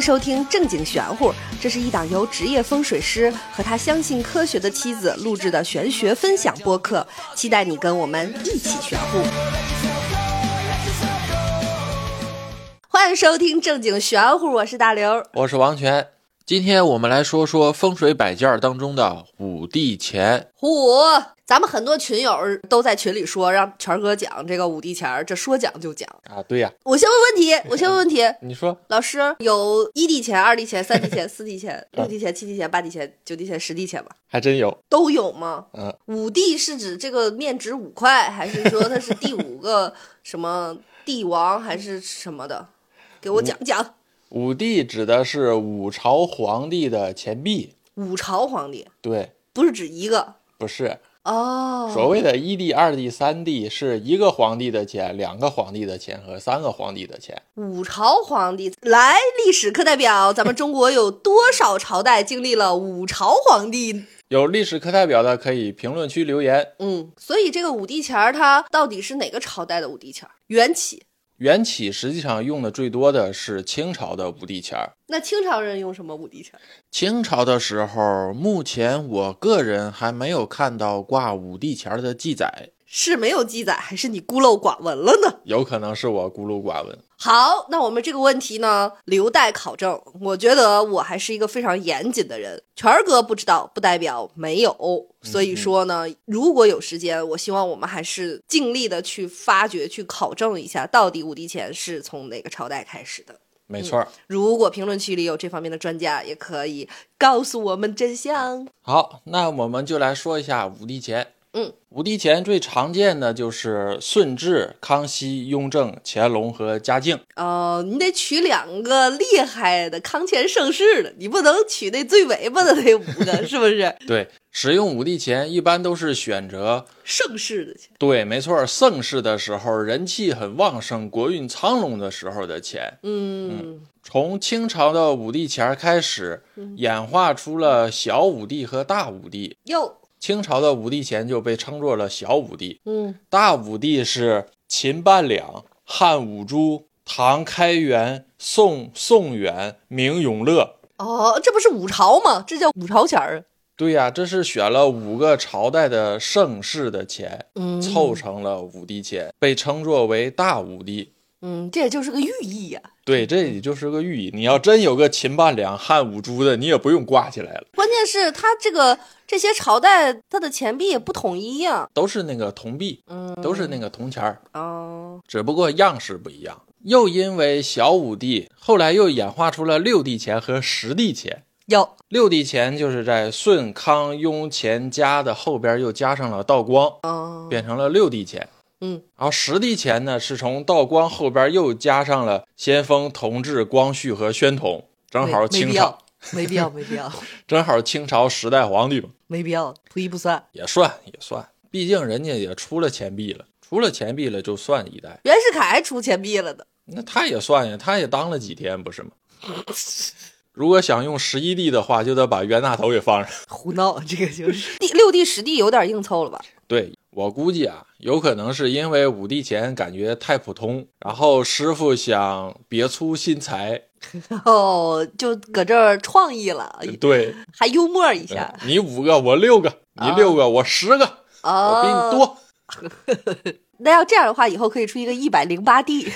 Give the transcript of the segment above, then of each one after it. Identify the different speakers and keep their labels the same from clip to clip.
Speaker 1: 收听《正经玄乎》，这是一档由职业风水师和他相信科学的妻子录制的玄学分享播客，期待你跟我们一起玄乎。欢迎收听《正经玄乎》，我是大刘。
Speaker 2: 我是王权。今天我们来说说风水摆件儿当中的五帝钱。
Speaker 1: 虎，咱们很多群友都在群里说让权哥讲这个五帝钱儿，这说讲就讲。
Speaker 2: 啊，对呀、
Speaker 1: 我先问问题，我先问问题。
Speaker 2: 你说
Speaker 1: 老师有一帝钱、二帝钱、三帝钱、四帝钱、六帝钱、七帝钱、八帝钱、九帝钱、十帝钱吗？
Speaker 2: 还真有，
Speaker 1: 都有吗？
Speaker 2: 嗯，
Speaker 1: 五帝是指这个面值五块，还是说它是第五 个什么帝王，还是什么的？给我讲讲
Speaker 2: 五帝指的是五朝皇帝的钱币，
Speaker 1: 五朝皇帝，
Speaker 2: 对，
Speaker 1: 不是指一个
Speaker 2: 不是所
Speaker 1: 哦。
Speaker 2: 谓的一帝、二帝、三帝，是一个皇帝的钱、两个皇帝的钱和三个皇帝的钱。
Speaker 1: 五朝皇帝，来，历史课代表，咱们中国有多少朝代经历了五朝皇帝？
Speaker 2: 有历史课代表的可以评论区留言。
Speaker 1: 嗯，所以这个五帝钱儿它到底是哪个朝代的五帝钱儿？缘起。
Speaker 2: 缘起实际上用的最多的是清朝的五帝钱儿。
Speaker 1: 那清朝人用什么五帝钱儿？
Speaker 2: 清朝的时候，目前我个人还没有看到挂五帝钱儿的记载，
Speaker 1: 是没有记载，还是你孤陋寡闻了呢？
Speaker 2: 有可能是我孤陋寡闻。
Speaker 1: 好，那我们这个问题呢，留待考证。我觉得我还是一个非常严谨的人，权儿哥不知道，不代表没有。所以说呢，如果有时间，我希望我们还是尽力的去发掘、去考证一下，到底五帝钱是从哪个朝代开始的。
Speaker 2: 没错儿，
Speaker 1: 如果评论区里有这方面的专家，也可以告诉我们真相。
Speaker 2: 好，那我们就来说一下五帝钱。
Speaker 1: 嗯，
Speaker 2: 五帝钱最常见的就是顺治、康熙、雍正、乾隆和嘉靖。
Speaker 1: 哦，你得取两个厉害的、康乾盛世的，你不能取那最尾巴的那五个，是不是？
Speaker 2: 对，使用五帝钱一般都是选择
Speaker 1: 盛世的钱。
Speaker 2: 对，没错儿，盛世的时候人气很旺盛，国运苍隆的时候的钱。
Speaker 1: 嗯，
Speaker 2: 从清朝的五帝钱儿开始，演化出了小五帝和大五帝。
Speaker 1: 哟，
Speaker 2: 清朝的五帝钱就被称作了小五帝，
Speaker 1: 嗯，
Speaker 2: 大五帝是秦半两、汉武朱、唐开元、宋宋元、明永乐。
Speaker 1: 哦，这不是五朝吗？这叫五朝钱儿。
Speaker 2: 对呀、这是选了五个朝代的盛世的钱，
Speaker 1: 嗯
Speaker 2: 凑成了五帝钱，被称作为大五帝。
Speaker 1: 嗯，这也就是个寓意呀、
Speaker 2: 对，这也就是个寓意。你要真有个秦半两、汉武朱的，你也不用挂起来了。
Speaker 1: 关键是它这个这些朝代它的钱币也不统一呀、
Speaker 2: 都是那个铜币，
Speaker 1: 嗯，
Speaker 2: 都是那个铜钱儿，
Speaker 1: 哦，
Speaker 2: 只不过样式不一样。又因为小五帝后来又演化出了六帝钱和十帝钱。
Speaker 1: 哟，
Speaker 2: 六帝钱就是在顺康雍乾嘉的后边又加上了道光，
Speaker 1: 哦，
Speaker 2: 变成了六帝钱。
Speaker 1: 嗯，
Speaker 2: 然后十帝钱呢是从道光后边又加上了咸丰、同治、光绪和宣统，正好
Speaker 1: 没没
Speaker 2: 清
Speaker 1: 必
Speaker 2: 朝
Speaker 1: 要，没必要，没必要，
Speaker 2: 正好清朝十代皇帝嘛。
Speaker 1: 没必要，不一不算。
Speaker 2: 也算也算，毕竟人家也出了钱币了，出了钱币了就算一代。
Speaker 1: 袁世凯还出钱币了呢。
Speaker 2: 那他也算呀，他也当了几天不是吗？ 如果想用十一帝的话，就得把冤大头给放上。
Speaker 1: 胡闹，这个就是 第六地十地有点硬凑了吧？
Speaker 2: 对我估计啊，有可能是因为五帝钱感觉太普通，然后师傅想别出心裁，
Speaker 1: 然后就搁这儿创意了，哎
Speaker 2: 对，
Speaker 1: 还幽默一下。
Speaker 2: 你五个我六个，你六个我十个，我
Speaker 1: 哦，
Speaker 2: 比你。多。
Speaker 1: 那要这样的话，以后可以出一个一百零八 D，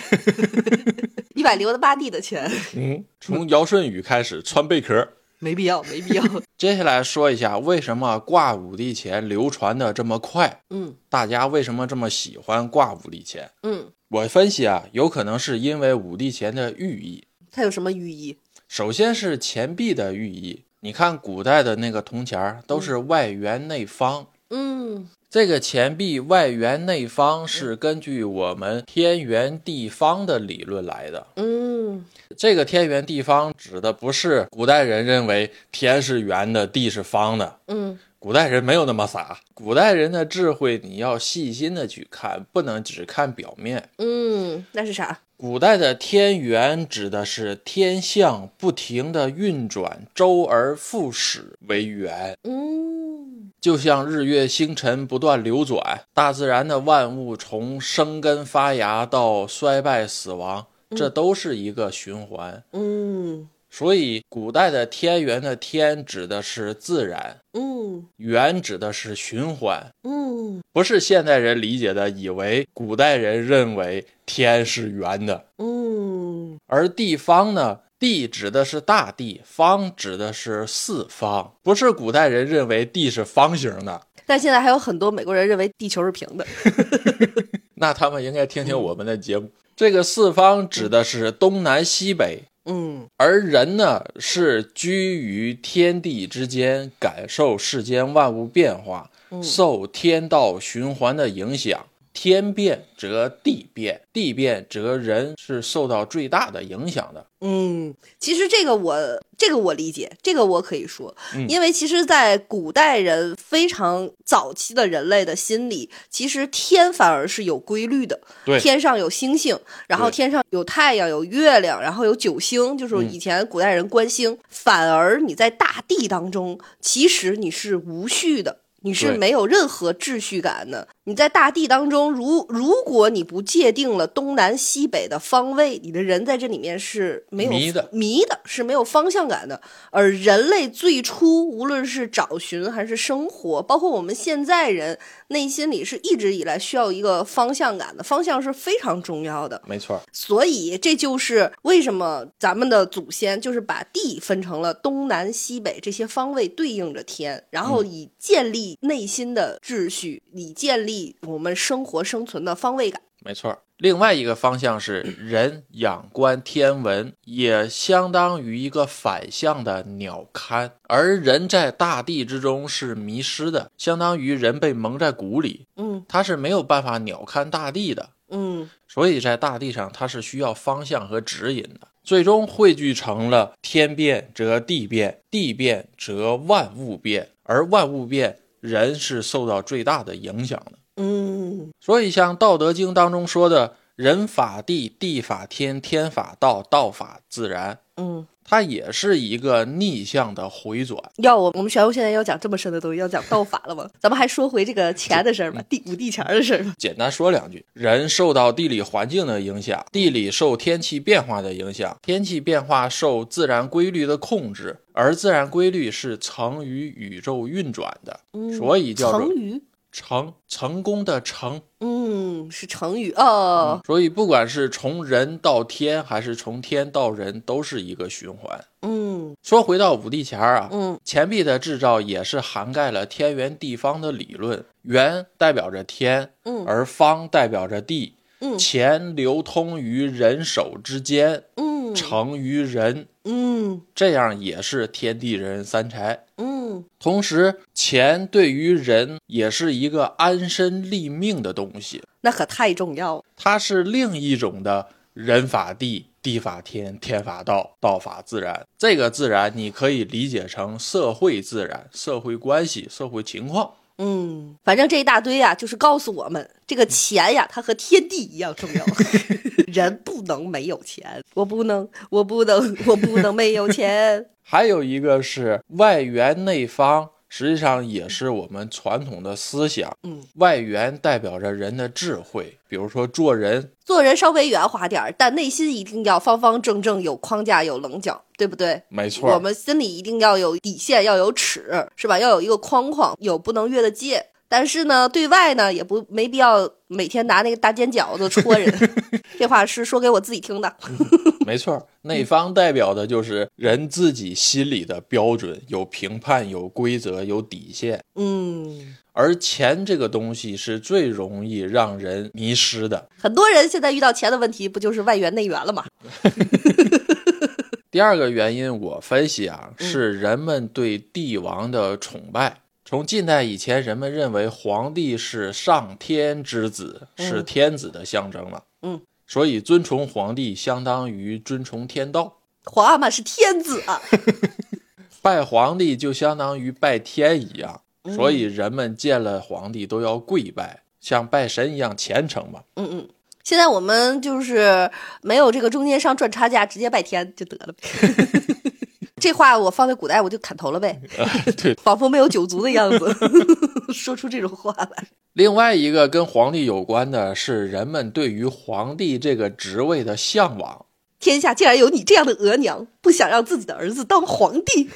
Speaker 1: 一百零八 D 的钱，
Speaker 2: 嗯，从尧舜禹开始穿贝壳。
Speaker 1: 没必要，没必要。
Speaker 2: 接下来说一下为什么挂五帝钱流传的这么快，
Speaker 1: 嗯
Speaker 2: 大家为什么这么喜欢挂五帝钱？
Speaker 1: 嗯，
Speaker 2: 我分析啊，有可能是因为五帝钱的寓意。
Speaker 1: 它有什么寓意？
Speaker 2: 首先是钱币的寓意，你看古代的那个铜钱儿都是外圆内方，
Speaker 1: 嗯
Speaker 2: 这个钱币外圆内方是根据我们天圆地方的理论来的。
Speaker 1: 嗯，
Speaker 2: 这个天圆地方指的不是古代人认为天是圆的，地是方的，
Speaker 1: 嗯，
Speaker 2: 古代人没有那么傻，古代人的智慧你要细心的去看，不能只看表面。
Speaker 1: 嗯，那是啥？
Speaker 2: 古代的天元指的是天象不停的运转，周而复始为元，
Speaker 1: 嗯
Speaker 2: 就像日月星辰不断流转，大自然的万物从生根发芽到衰败死亡，这都是一个循环。
Speaker 1: 嗯，
Speaker 2: 所以古代的天元的天指的是自然，
Speaker 1: 嗯
Speaker 2: 元指的是循环，
Speaker 1: 嗯
Speaker 2: 不是现代人理解的，以为古代人认为天是圆的，
Speaker 1: 嗯
Speaker 2: 而地方呢，地指的是大地，方指的是四方，不是古代人认为地是方形的。
Speaker 1: 但现在还有很多美国人认为地球是平的。
Speaker 2: 那他们应该听听我们的节目。这个四方指的是东南西北，
Speaker 1: 嗯
Speaker 2: 而人呢是居于天地之间，感受世间万物变化，受天道循环的影响。天变则地变，地变则人是受到最大的影响的。
Speaker 1: 嗯，其实这个我这个我理解，这个我可以说，
Speaker 2: 嗯
Speaker 1: 因为其实，在古代人非常早期的人类的心里，其实天反而是有规律的，
Speaker 2: 对
Speaker 1: 天上有星星，然后
Speaker 2: 对嗯
Speaker 1: 天上有太阳、有月亮，然后有九星，就是以前古代人观星。反而你在大地当中，其实你是无序的，你是
Speaker 2: 对
Speaker 1: 没有任何秩序感的。你在大地当中，如如果你不界定了东南西北的方位，你的人在这里面是没有
Speaker 2: 迷的
Speaker 1: 迷的是没有方向感的。而人类最初无论是找寻还是生活，包括我们现在人内心里是一直以来需要一个方向感的，方向是非常重要的。
Speaker 2: 没错儿，
Speaker 1: 所以这就是为什么咱们的祖先就是把地分成了东南西北这些方位对应着天，然后以建立内心的秩序，以建立我们生活生存的方位感。
Speaker 2: 没错儿。另外一个方向是人仰观天文，也相当于一个反向的鸟瞰，而人在大地之中是迷失的，相当于人被蒙在鼓里，
Speaker 1: 嗯
Speaker 2: 他是没有办法鸟瞰大地的，
Speaker 1: 嗯
Speaker 2: 所以在大地上他是需要方向和指引的，最终汇聚成了天变则地变，地变则万物变，而万物变，人是受到最大的影响的。
Speaker 1: 嗯
Speaker 2: 所以，像《道德经》当中说的“人法地，地法天，天法道，道法自然
Speaker 1: 嗯，”，
Speaker 2: 它也是一个逆向的回转。
Speaker 1: 要我我们玄乎现在要讲这么深的东西，要讲道法了吗？咱们还说回这个钱的事儿吧，地五帝钱儿的事儿吧。
Speaker 2: 简单说两句：人受到地理环境的影响，地理受天气变化的影响，天气变化受自然规律的控制，而自然规律是成于宇宙运转的，所以
Speaker 1: 嗯
Speaker 2: 叫
Speaker 1: 成
Speaker 2: 做
Speaker 1: 语，
Speaker 2: 成成功的成。
Speaker 1: 嗯，是成语哦，
Speaker 2: 所以，不管是从人到天，还是从天到人，都是一个循环。
Speaker 1: 嗯
Speaker 2: 说回到五帝钱儿啊，
Speaker 1: 嗯
Speaker 2: 钱币的制造也是涵盖了天圆地方的理论，圆代表着天，
Speaker 1: 嗯
Speaker 2: 而方代表着地。
Speaker 1: 嗯
Speaker 2: 钱流通于人手之间，
Speaker 1: 嗯
Speaker 2: 成于人，
Speaker 1: 嗯
Speaker 2: 这样也是天地人三才。
Speaker 1: 嗯
Speaker 2: 同时，钱对于人也是一个安身立命的东西，
Speaker 1: 那可太重要了。
Speaker 2: 它是另一种的人法地，地法天，天法道，道法自然。这个自然你可以理解成社会自然、社会关系、社会情况。
Speaker 1: 嗯，反正这一大堆呀、就是告诉我们，这个钱呀，它和天地一样 重要。人不能没有钱，我不能，我不能，我不能没有钱。
Speaker 2: 还有一个是外圆内方，实际上也是我们传统的思想。
Speaker 1: 嗯，
Speaker 2: 外圆代表着人的智慧，比如说做人。
Speaker 1: 做人稍微圆滑点儿，但内心一定要方方正正，有框架，有棱角，对不对？
Speaker 2: 没错，
Speaker 1: 我们心里一定要有底线，要有尺，是吧？要有一个框框，有不能越的界。但是呢，对外呢，也不没必要每天拿那个大尖饺子戳人。 这话是说给我自己听的。
Speaker 2: 没错，内方代表的就是人自己心里的标准，有评判，有规则，有底线。
Speaker 1: 嗯，
Speaker 2: 而钱这个东西是最容易让人迷失的。
Speaker 1: 很多人现在遇到钱的问题，不就是外圆内圆了吗？
Speaker 2: 第二个原因，我分析啊，
Speaker 1: 嗯
Speaker 2: 是人们对帝王的崇拜。从近代以前，人们认为皇帝是上天之子，
Speaker 1: 嗯
Speaker 2: 是天子的象征了。
Speaker 1: 嗯，
Speaker 2: 所以尊崇皇帝相当于尊崇天道，
Speaker 1: 皇阿玛是天子啊，
Speaker 2: 拜皇帝就相当于拜天一样。
Speaker 1: 嗯
Speaker 2: 所以人们见了皇帝都要跪拜，像拜神一样虔诚嘛。
Speaker 1: 嗯嗯。现在我们就是没有这个中间商赚差价，直接拜天就得了 呗。这话我放在古代我就砍头了呗，
Speaker 2: 呃对，
Speaker 1: 仿佛没有九族的样子， 说出这种话来。
Speaker 2: 另外一个跟皇帝有关的是人们对于皇帝这个职位的向往。
Speaker 1: 天下竟然有你这样的额娘，不想让自己的儿子当皇帝。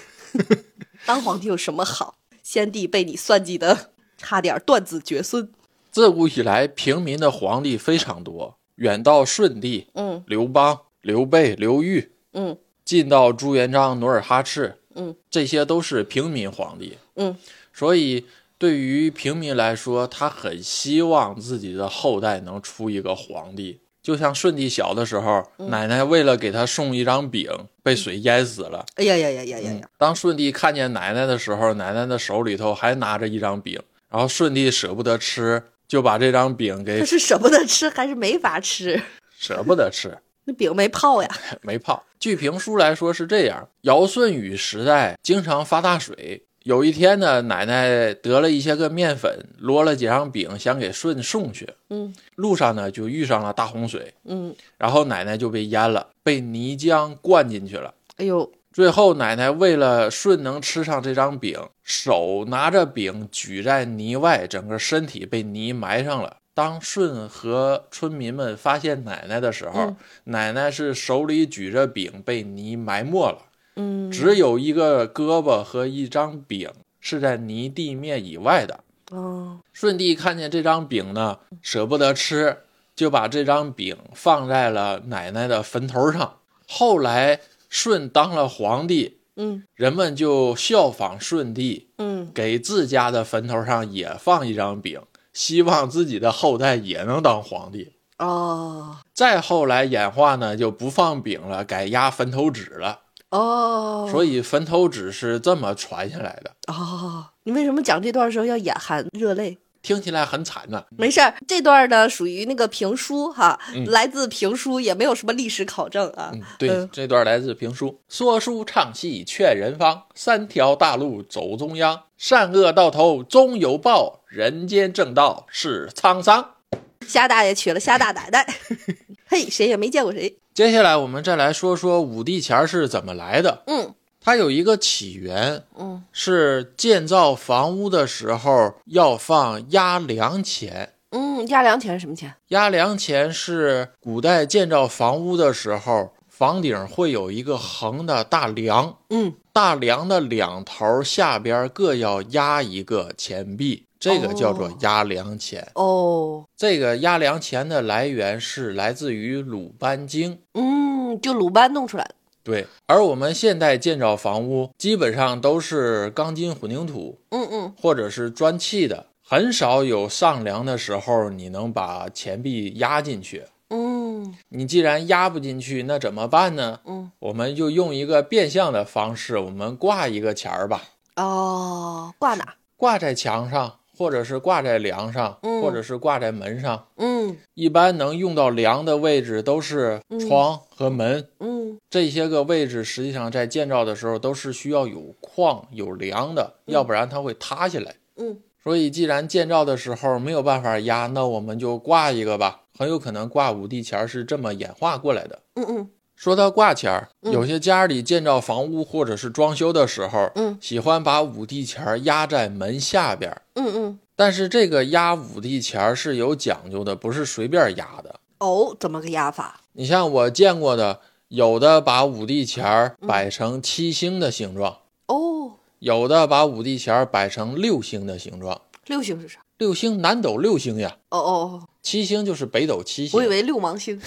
Speaker 1: 当皇帝有什么好？先帝被你算计的，差点断子绝孙。
Speaker 2: 自古以来，平民的皇帝非常多，远到舜帝、
Speaker 1: 嗯
Speaker 2: 刘邦、刘备、刘裕，
Speaker 1: 嗯
Speaker 2: 近到朱元璋、努尔哈赤，
Speaker 1: 嗯，
Speaker 2: 这些都是平民皇帝。
Speaker 1: 嗯，
Speaker 2: 所以对于平民来说，他很希望自己的后代能出一个皇帝。就像舜帝小的时候，
Speaker 1: 嗯
Speaker 2: 奶奶为了给他送一张饼，被水淹死了。
Speaker 1: 哎呀呀呀呀呀
Speaker 2: 嗯
Speaker 1: 呀！
Speaker 2: 当舜帝看见奶奶的时候，奶奶的手里头还拿着一张饼，然后舜帝舍不得吃，就把这张饼
Speaker 1: 这
Speaker 2: 给
Speaker 1: 是舍不得吃还是没法吃？
Speaker 2: 舍不得吃。
Speaker 1: 那饼没泡呀。
Speaker 2: 没泡。据评书来说是这样：尧舜禹时代经常发大水。有一天呢，奶奶得了一些个面粉，摞了几张饼，想给舜送去。
Speaker 1: 嗯
Speaker 2: 路上呢，就遇上了大洪水，
Speaker 1: 嗯，
Speaker 2: 然后奶奶就被淹了，被泥浆灌进去了。
Speaker 1: 哎呦，
Speaker 2: 最后，奶奶为了舜能吃上这张饼，手拿着饼举在泥外，整个身体被泥埋上了。当舜和村民们发现奶奶的时候，
Speaker 1: 嗯
Speaker 2: 奶奶是手里举着饼被泥埋没了，
Speaker 1: 嗯，
Speaker 2: 只有一个胳膊和一张饼是在泥地面以外的。
Speaker 1: 哦，
Speaker 2: 舜帝看见这张饼呢，舍不得吃，就把这张饼放在了奶奶的坟头上。后来舜当了皇帝，
Speaker 1: 嗯
Speaker 2: 人们就效仿舜帝，
Speaker 1: 嗯，
Speaker 2: 给自家的坟头上也放一张饼，希望自己的后代也能当皇帝。
Speaker 1: 哦
Speaker 2: 再后来演化呢，就不放饼了，改压坟头纸了。
Speaker 1: 哦，
Speaker 2: 所以坟头纸是这么传下来的，
Speaker 1: 哦，你为什么讲这段时候要眼含热泪？
Speaker 2: 听起来很惨呐、
Speaker 1: 没事儿，这段呢属于那个评书哈，来自评书，也没有什么历史考证啊。
Speaker 2: 嗯，对，
Speaker 1: 嗯
Speaker 2: 这段来自评书。说书唱戏劝人方，三条大路走中央，善恶到头终有报，人间正道是沧桑。
Speaker 1: 虾大爷娶了虾大奶奶， 嘿，谁也没见过谁。
Speaker 2: 接下来我们再来说说五帝钱儿是怎么来的。
Speaker 1: 嗯
Speaker 2: 它有一个起源，
Speaker 1: 嗯
Speaker 2: 是建造房屋的时候要放压梁钱。
Speaker 1: 嗯，压梁钱是什么钱？
Speaker 2: 压梁钱是古代建造房屋的时候，房顶会有一个横的大梁，
Speaker 1: 嗯，
Speaker 2: 大梁的两头下边各要压一个钱币，这个叫做压梁钱。
Speaker 1: 哦，
Speaker 2: 这个压梁钱的来源是来自于鲁班经。
Speaker 1: 嗯，就鲁班弄出来的。
Speaker 2: 对，而我们现代建造房屋基本上都是钢筋混凝土
Speaker 1: 嗯嗯
Speaker 2: 或者是砖砌的，很少有上梁的时候你能把钱币压进去。
Speaker 1: 嗯
Speaker 2: 你既然压不进去，那怎么办呢？
Speaker 1: 嗯，
Speaker 2: 我们就用一个变相的方式，我们挂一个钱儿吧，
Speaker 1: 哦，挂哪？
Speaker 2: 挂在墙上，或者是挂在梁上，
Speaker 1: 嗯
Speaker 2: 或者是挂在门上。
Speaker 1: 嗯
Speaker 2: 一般能用到梁的位置都是窗和门、
Speaker 1: 嗯
Speaker 2: 这些个位置，实际上在建造的时候都是需要有框有梁的，要不然它会塌下来。
Speaker 1: 嗯
Speaker 2: 所以，既然建造的时候没有办法压，那我们就挂一个吧。很有可能挂五帝钱儿是这么演化过来的。
Speaker 1: 嗯嗯
Speaker 2: 说到挂钱儿，
Speaker 1: 嗯
Speaker 2: 有些家里建造房屋或者是装修的时候，
Speaker 1: 嗯
Speaker 2: 喜欢把五帝钱儿压在门下边儿。
Speaker 1: 嗯嗯，
Speaker 2: 但是这个压五帝钱儿是有讲究的，不是随便压的。
Speaker 1: 哦，怎么个压法？
Speaker 2: 你像我见过的，有的把五帝钱儿
Speaker 1: 嗯
Speaker 2: 摆成七星的形状，
Speaker 1: 哦，
Speaker 2: 有的把五帝钱儿摆成六星的形状。
Speaker 1: 六星是啥？
Speaker 2: 六星南斗六星呀，
Speaker 1: 哦哦，
Speaker 2: 七星就是北斗七星，
Speaker 1: 我以为六芒 星。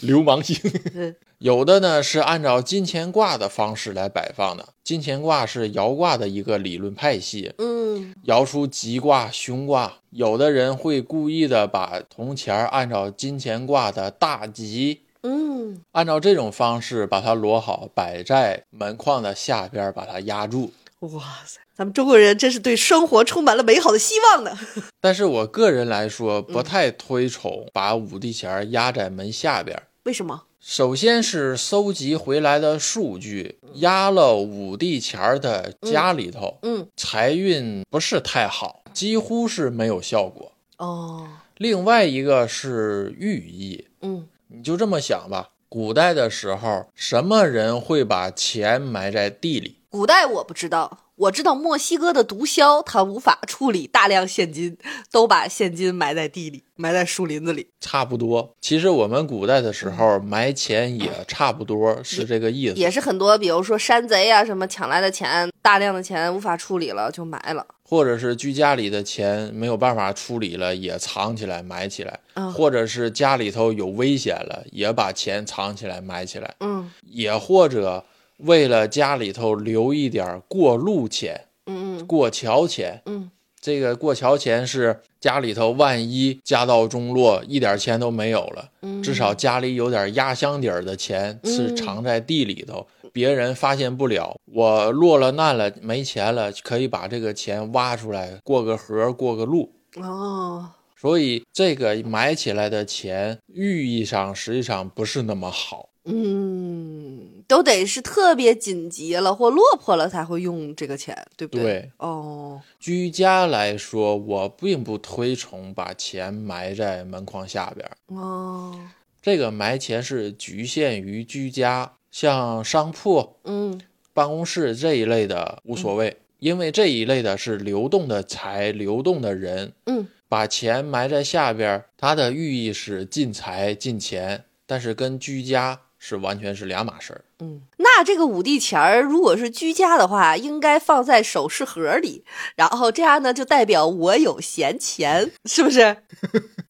Speaker 2: 流氓星。
Speaker 1: 嗯
Speaker 2: 有的呢是按照金钱卦的方式来摆放的。金钱卦是爻卦的一个理论派系，
Speaker 1: 嗯
Speaker 2: 爻出吉卦、凶卦。有的人会故意的把铜钱儿按照金钱卦的大吉，
Speaker 1: 嗯，
Speaker 2: 按照这种方式把它摞好，摆在门框的下边儿，把它压住。
Speaker 1: 哇塞，咱们中国人真是对生活充满了美好的希望呢。
Speaker 2: 但是我个人来说，
Speaker 1: 嗯
Speaker 2: 不太推崇把五帝钱儿压在门下边儿。
Speaker 1: 为什么？
Speaker 2: 首先是搜集回来的数据，压了五帝钱儿的家里头，
Speaker 1: 嗯，
Speaker 2: 财运不是太好，几乎是没有效果。
Speaker 1: 哦，
Speaker 2: 另外一个是寓意，
Speaker 1: 嗯
Speaker 2: 你就这么想吧。古代的时候，什么人会把钱埋在地里？，
Speaker 1: 古代我不知道，我知道墨西哥的毒枭，他无法处理大量现金，都把现金埋在地里，埋在树林子里，
Speaker 2: 差不多。其实我们古代的时候埋钱也差不多是这个意思，
Speaker 1: 也是很多，比如说山贼啊什么抢来的钱，大量的钱无法处理了就埋了。
Speaker 2: 或者是居家里的钱没有办法处理了，也藏起来埋起来，
Speaker 1: 嗯
Speaker 2: 或者是家里头有危险了，也把钱藏起来埋起来，
Speaker 1: 嗯
Speaker 2: 也或者为了家里头留一点儿过路钱、
Speaker 1: 嗯嗯
Speaker 2: 过桥钱，
Speaker 1: 嗯，
Speaker 2: 这个过桥钱是家里头万一家道中落，一点钱都没有了，
Speaker 1: 嗯
Speaker 2: 至少家里有点压箱底儿的钱
Speaker 1: 嗯
Speaker 2: 是藏在地里头，别人发现不了。我落了难了，没钱了，可以把这个钱挖出来，过个河，过个路。
Speaker 1: 哦，
Speaker 2: 所以这个埋起来的钱，寓意上实际上不是那么好。
Speaker 1: 嗯，都得是特别紧急了或落魄了才会用这个钱，对不对？
Speaker 2: 对
Speaker 1: 哦，
Speaker 2: 居家来说，我并不推崇把钱埋在门框下边儿。
Speaker 1: 哦，
Speaker 2: 这个埋钱是局限于居家，像商铺、
Speaker 1: 嗯
Speaker 2: 办公室这一类的无所谓，因为这一类的是流动的财、流动的人，
Speaker 1: 嗯
Speaker 2: 把钱埋在下边儿，它的寓意是进财进钱，但是跟居家是完全是俩码事儿。
Speaker 1: 嗯。那这个五帝钱儿，如果是居家的话，应该放在首饰盒里，然后这样呢，就代表我有闲钱，是不是？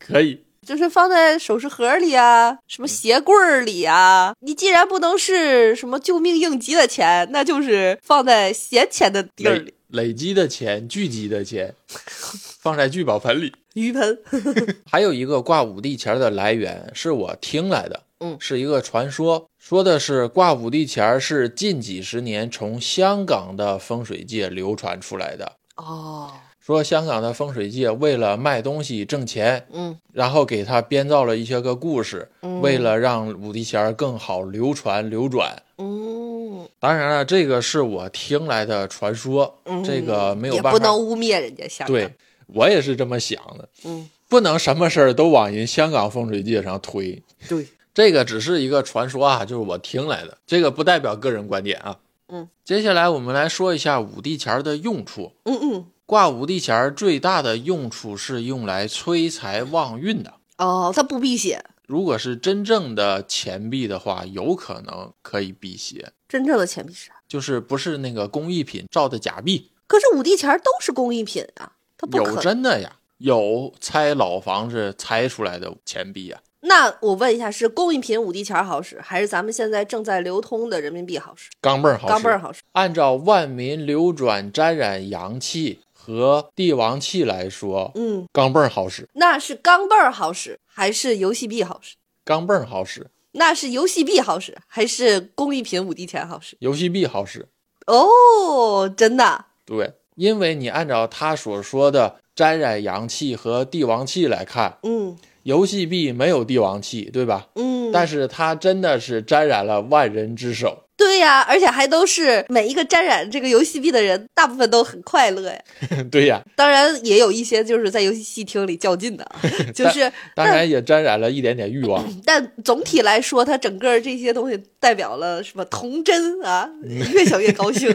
Speaker 2: 可以，
Speaker 1: 就是放在首饰盒里啊，什么鞋柜儿里啊。你既然不能是什么救命应急的钱，那就是放在闲钱的地儿里
Speaker 2: 累，累积的钱、聚集的 钱，放在聚宝盆 里。
Speaker 1: 鱼盆。
Speaker 2: 还有一个挂五帝钱儿的来源是我听来的，
Speaker 1: 嗯
Speaker 2: 是一个传说，说的是挂五帝钱儿是近几十年从香港的风水界流传出来的。
Speaker 1: 哦，
Speaker 2: 说香港的风水界为了卖东西挣钱，
Speaker 1: 嗯
Speaker 2: 然后给他编造了一些个故事，
Speaker 1: 嗯
Speaker 2: 为了让五帝钱儿更好流传流转。
Speaker 1: 嗯，
Speaker 2: 当然了，这个是我听来的传说，
Speaker 1: 嗯
Speaker 2: 这个没有
Speaker 1: 也
Speaker 2: 办
Speaker 1: 不能
Speaker 2: 法。
Speaker 1: 污蔑人家香港。
Speaker 2: 对，我也是这么想的，
Speaker 1: 嗯，
Speaker 2: 不能什么事儿都往人香港风水界上推。
Speaker 1: 对，
Speaker 2: 这个只是一个传说啊，就是我听来的，这个不代表个人观点啊。
Speaker 1: 嗯，
Speaker 2: 接下来我们来说一下五帝钱儿的用处。
Speaker 1: 嗯嗯。
Speaker 2: 挂五帝钱儿最大的用处是用来催财旺运的。
Speaker 1: 哦，它不避邪，
Speaker 2: 如果是真正的钱币的话，有可能可以辟邪，
Speaker 1: 真正的钱币是啥？
Speaker 2: 就是不是那个工艺品造的假币，
Speaker 1: 可是五帝钱儿都是工艺品啊，它不
Speaker 2: 有
Speaker 1: 可。
Speaker 2: 真的呀，有拆老房子拆出来的钱币呀、
Speaker 1: 那我问一下，是工艺品五帝钱儿好使，还是咱们现在正在流通的人民币好使？
Speaker 2: 钢镚儿好使，
Speaker 1: 钢镚儿好使。
Speaker 2: 按照万民流转沾染阳气和帝王气来说，
Speaker 1: 嗯，
Speaker 2: 钢镚儿好使，
Speaker 1: 那是钢镚儿好使，还是游戏币好使？
Speaker 2: 钢镚儿好使，
Speaker 1: 那是游戏币好使，还是工艺品五帝钱好使？
Speaker 2: 游戏币好使。
Speaker 1: 哦，真的。
Speaker 2: 对，因为你按照他所说的沾染阳气和帝王气来看，
Speaker 1: 嗯
Speaker 2: 游戏币没有帝王气，对吧？
Speaker 1: 嗯，
Speaker 2: 但是它真的是沾染了万人之手，
Speaker 1: 对呀、而且还都是每一个沾染这个游戏币的人，大部分都很快乐呀。
Speaker 2: 对呀，
Speaker 1: 当然也有一些就是在游戏戏厅里较劲的 啊，就是
Speaker 2: 当然也沾染了一点点欲望。
Speaker 1: 但总体来说，它整个这些东西代表了什么童真 啊，越想越高兴。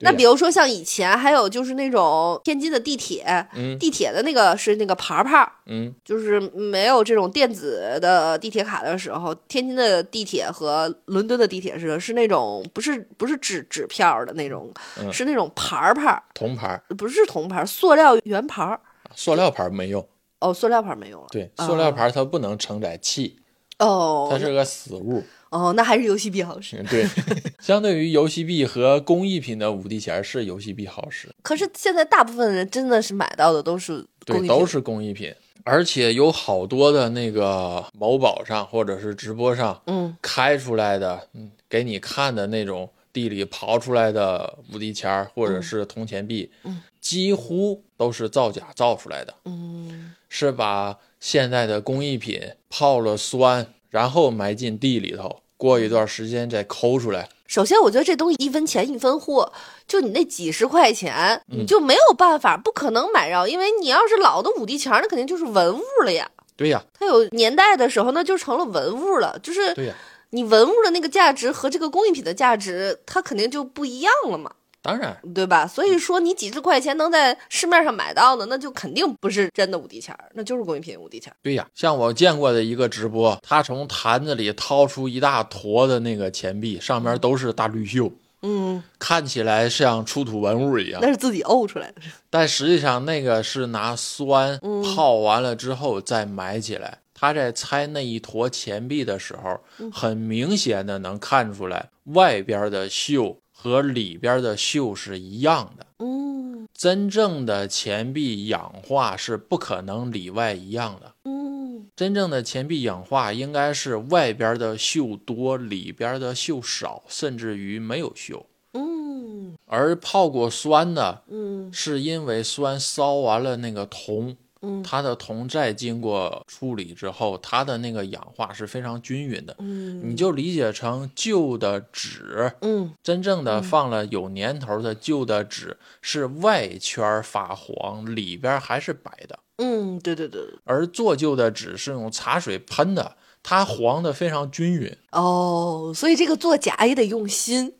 Speaker 1: 那
Speaker 2: 对呀
Speaker 1: 比如说像以前还有就是那种天津的地铁，
Speaker 2: 嗯
Speaker 1: 地铁的那个是那个牌儿牌儿，
Speaker 2: 嗯，
Speaker 1: 就是没有这种电子的地铁卡的时候，天津的地铁和伦敦的地铁是是那种不是不是纸纸票的那种，
Speaker 2: 嗯
Speaker 1: 是那种牌儿牌儿，
Speaker 2: 铜牌儿、
Speaker 1: 不是铜牌儿，塑料圆牌儿。
Speaker 2: 塑料牌儿没用，
Speaker 1: 哦，塑料牌儿没有了。
Speaker 2: 对，塑料牌儿它不能承载气，
Speaker 1: 啊哦
Speaker 2: 它，是个死物。
Speaker 1: 哦，那还是游戏币好使。
Speaker 2: 嗯，对， 相对于游戏币和工艺品的五帝钱儿是游戏币好使，
Speaker 1: 可是现在大部分人真的是买到的都是工
Speaker 2: 对，
Speaker 1: 艺
Speaker 2: 都
Speaker 1: 品，
Speaker 2: 是工艺品，而且有好多的那个某宝上或者是直播上
Speaker 1: 嗯
Speaker 2: 开出来的，嗯，给你看的那种地里刨出来的五帝钱儿或者是铜钱币，
Speaker 1: 嗯
Speaker 2: 几乎都是造假造出来的，
Speaker 1: 嗯
Speaker 2: 是把现在的工艺品泡了酸，然后埋进地里头，过一段时间再抠出来。
Speaker 1: 首先，我觉得这东西一分钱一分货，就你那几十块钱，
Speaker 2: 嗯
Speaker 1: 你就没有办法，不可能买着，因为你要是老的五帝钱儿，那肯定就是文物了呀。
Speaker 2: 对呀，
Speaker 1: 它有年代的时候，那就成了文物了。就是
Speaker 2: 对呀，
Speaker 1: 你文物的那个价值和这个工艺品的价值，它肯定就不一样了嘛。
Speaker 2: 当然，
Speaker 1: 对吧？所
Speaker 2: 嗯
Speaker 1: 以说你几十块钱能在市面上买到的，那就肯定不是真的五帝钱儿，那就是工艺品五帝钱儿。
Speaker 2: 对呀，像我见过的一个直播，他从坛子里掏出一大坨的那个钱币，上面都是大绿锈，
Speaker 1: 嗯，
Speaker 2: 看起来像出土文物一样
Speaker 1: 那。是自己沤出来的。
Speaker 2: 但实际上那个是拿酸泡完了之后再埋起来。他在拆那一坨钱币的时候，很明显的能看出来外边的锈和里边的锈是一样的。
Speaker 1: 嗯
Speaker 2: 真正的钱币氧化是不可能里外一样的。
Speaker 1: 嗯
Speaker 2: 真正的钱币氧化应该是外边的锈多，里边的锈少，甚至于没有锈。
Speaker 1: 嗯
Speaker 2: 而泡过酸的，
Speaker 1: 嗯
Speaker 2: 是因为酸烧完了那个铜，
Speaker 1: 嗯
Speaker 2: 它的铜再经过处理之后，它的那个氧化是非常均匀的。
Speaker 1: 嗯
Speaker 2: 你就理解成旧的纸，
Speaker 1: 嗯
Speaker 2: 真正的放了有年头的旧的纸是外圈发黄，里边还是白的；
Speaker 1: 嗯，对对对对。
Speaker 2: 而做旧的纸是用茶水喷的，它黄的非常均匀。
Speaker 1: 哦，所以这个作假也得用心。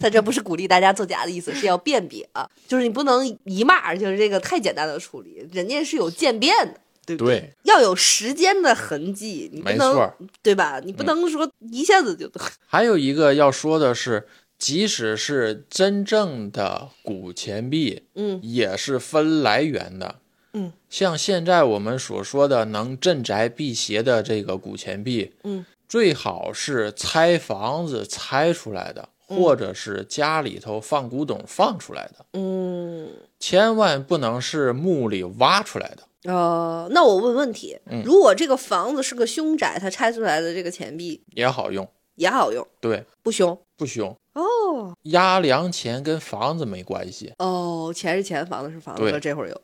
Speaker 1: 他这不是鼓励大家作假的意思，是要辨别啊，就是你不能一骂就是这个太简单的处理，人家是有渐变的，对不对？
Speaker 2: 对，
Speaker 1: 要有时间的痕迹，你不
Speaker 2: 没
Speaker 1: 能
Speaker 2: 错。
Speaker 1: 对吧？你不能说一下子就、
Speaker 2: 还有一个要说的是，即使是真正的古钱币，
Speaker 1: 嗯，
Speaker 2: 也是分来源的，
Speaker 1: 嗯，
Speaker 2: 像现在我们所说的能镇宅辟邪的这个古钱币，
Speaker 1: 嗯，
Speaker 2: 最好是拆房子拆出来的，
Speaker 1: 嗯
Speaker 2: 或者是家里头放古董放出来的，
Speaker 1: 嗯
Speaker 2: 千万不能是墓里挖出来的。
Speaker 1: 呃，那我问问题，
Speaker 2: 嗯
Speaker 1: 如果这个房子是个凶宅，它拆出来的这个钱币
Speaker 2: 也好用，
Speaker 1: 也好用，
Speaker 2: 对，
Speaker 1: 不凶
Speaker 2: 不凶。
Speaker 1: 哦
Speaker 2: 压梁钱跟房子没关系，
Speaker 1: 哦，钱是钱，房子是房子，
Speaker 2: 对嗯
Speaker 1: 这会儿有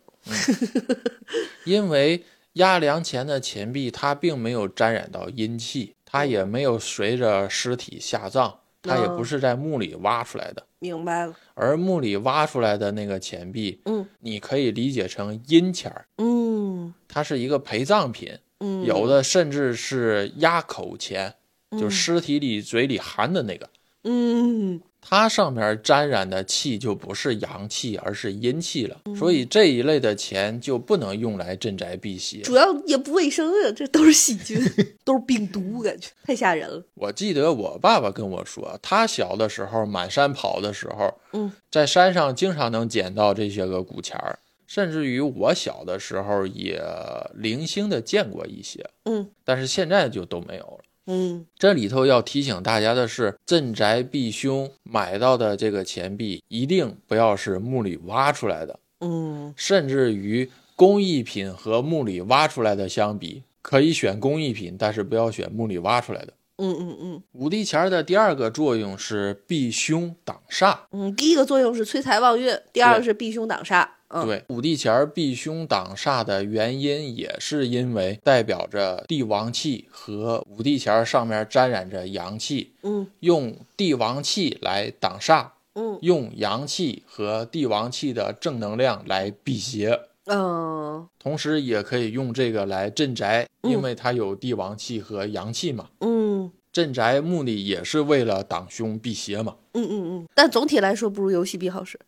Speaker 2: 因为压梁钱的钱币它并没有沾染到阴气，它也没有随着尸体下葬，它也
Speaker 1: 嗯
Speaker 2: 不是在墓里挖出来的。
Speaker 1: 明白了，
Speaker 2: 而墓里挖出来的那个钱币，
Speaker 1: 嗯
Speaker 2: 你可以理解成阴钱儿，
Speaker 1: 嗯
Speaker 2: 它是一个陪葬品，
Speaker 1: 嗯，
Speaker 2: 有的甚至是压口钱，就尸体里嘴里含的那个，
Speaker 1: 嗯
Speaker 2: 它上面沾染的气就不是阳气，而是阴气了，
Speaker 1: 嗯
Speaker 2: 所以这一类的钱就不能用来镇宅辟邪。
Speaker 1: 主要也不卫生啊，这都是细菌， 都是病毒，感觉太吓人了。
Speaker 2: 我记得我爸爸跟我说，他小的时候满山跑的时候，
Speaker 1: 嗯，
Speaker 2: 在山上经常能捡到这些个古钱儿，甚至于我小的时候也零星的见过一些，
Speaker 1: 嗯
Speaker 2: 但是现在就都没有了。
Speaker 1: 嗯
Speaker 2: 这里头要提醒大家的是，镇宅避凶买到的这个钱币一定不要是墓里挖出来的，
Speaker 1: 嗯，
Speaker 2: 甚至于工艺品和墓里挖出来的相比，可以选工艺品，但是不要选墓里挖出来的。
Speaker 1: 嗯嗯嗯
Speaker 2: 五帝钱儿的第二个作用是避凶挡煞。
Speaker 1: 嗯，第一个作用是催财旺运，第二个是避凶挡煞。嗯，
Speaker 2: 对，五帝钱儿避凶挡煞的原因，也是因为代表着帝王气和五帝钱儿上面沾染着阳气，
Speaker 1: 嗯
Speaker 2: 用帝王气来挡煞，
Speaker 1: 嗯
Speaker 2: 用阳气和帝王气的正能量来辟邪，
Speaker 1: 嗯
Speaker 2: 同时也可以用这个来镇宅，
Speaker 1: 嗯
Speaker 2: 因为它有帝王气和阳气嘛。
Speaker 1: 嗯
Speaker 2: 镇宅目的也是为了挡凶辟邪嘛，
Speaker 1: 嗯嗯嗯，但总体来说不如游戏币好使。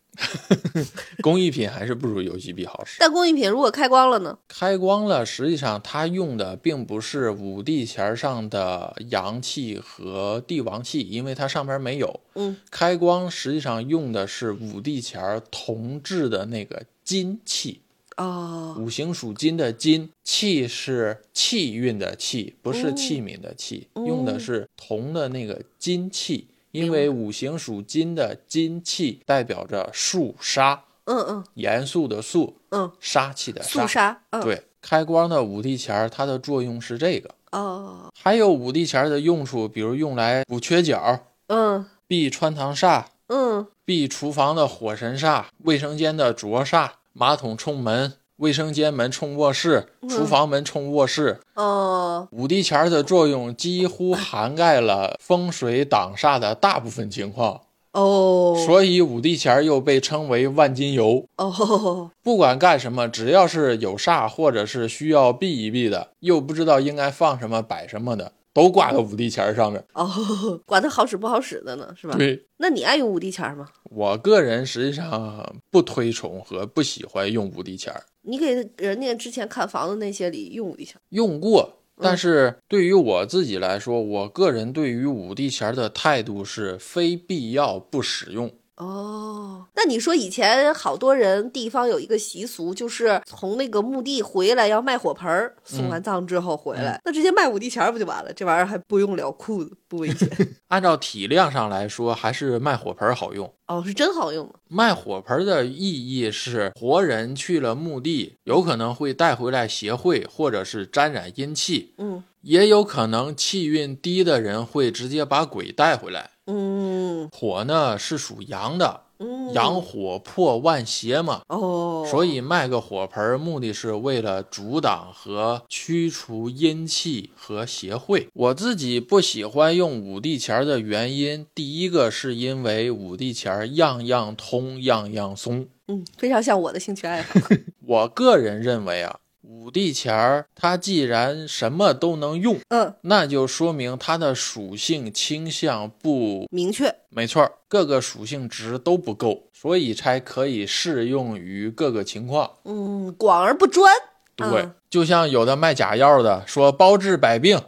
Speaker 2: 工艺品还是不如游戏币好使。
Speaker 1: 但工艺品如果开光了呢？
Speaker 2: 开光了，实际上它用的并不是五帝钱儿上的阳气和帝王气，因为它上面没有。
Speaker 1: 嗯，
Speaker 2: 开光实际上用的是五帝钱儿铜制的那个金气，
Speaker 1: 哦，
Speaker 2: 五行属金的金气是气运的气，不是器皿的器，用的是铜的那个金气，因为五行属金的金气代表着肃杀，
Speaker 1: 嗯嗯
Speaker 2: 严肃的肃，
Speaker 1: 嗯，
Speaker 2: 杀气的
Speaker 1: 肃杀。嗯，，
Speaker 2: 对，开光的五帝钱儿，它的作用是这个。
Speaker 1: 哦，
Speaker 2: 还有五帝钱儿的用处，比如用来补缺角、
Speaker 1: 嗯
Speaker 2: 避穿堂煞、
Speaker 1: 嗯
Speaker 2: 避厨房的火神煞、卫生间的浊煞、马桶冲门、卫生间门冲卧室、
Speaker 1: 嗯
Speaker 2: 厨房门冲卧室。
Speaker 1: 哦，
Speaker 2: 五帝钱儿的作用几乎涵盖了风水挡煞的大部分情况，
Speaker 1: 哦，
Speaker 2: 所以五帝钱儿又被称为万金油。
Speaker 1: 哦，
Speaker 2: 不管干什么，只要是有煞或者是需要避一避的，又不知道应该放什么摆什么的，都挂到五帝钱儿上面。
Speaker 1: 哦， 管它好使不好使的呢，是吧？
Speaker 2: 对
Speaker 1: 那你爱用五帝钱儿吗？
Speaker 2: 我个人实际上不推崇和不喜欢用五帝钱儿，
Speaker 1: 你给人家之前看房子那些里用五帝钱儿，
Speaker 2: 用过。但
Speaker 1: 嗯
Speaker 2: 是对于我自己来说，我个人对于五帝钱儿的态度是非必要不使用。
Speaker 1: 哦，那你说以前好多人地方有一个习俗，就是从那个墓地回来要卖火盆儿，
Speaker 2: 嗯
Speaker 1: 送完葬之后回来，那直接卖五帝钱儿不就完了？这玩意儿还不用撩裤子，不危 险。
Speaker 2: 按照体量上来说，还是卖火盆儿好用。
Speaker 1: 哦，是真好用吗？
Speaker 2: 卖火盆儿的意义是，活人去了墓地，有可能会带回来邪秽，或者是沾染阴气，
Speaker 1: 嗯
Speaker 2: 也有可能气运低的人会直接把鬼带回来。
Speaker 1: 嗯
Speaker 2: 火呢是属阳的，
Speaker 1: 嗯，
Speaker 2: 阳火破万邪嘛，
Speaker 1: 哦，
Speaker 2: 所以卖个火盆儿，目的是为了阻挡和驱除阴气和邪秽。我自己不喜欢用五帝钱儿的原因，第一个是因为五帝钱儿样样通，样样松。
Speaker 1: 嗯，非常像我的兴趣爱好。
Speaker 2: 我个人认为啊，五帝钱儿它既然什么都能用，
Speaker 1: 嗯，
Speaker 2: 那就说明它的属性倾向不
Speaker 1: 明确。
Speaker 2: 没错儿，各个属性值都不够，所以才可以适用于各个情况。
Speaker 1: 嗯，广而不专。
Speaker 2: 对，
Speaker 1: 嗯
Speaker 2: 就像有的卖假药的说包治百病，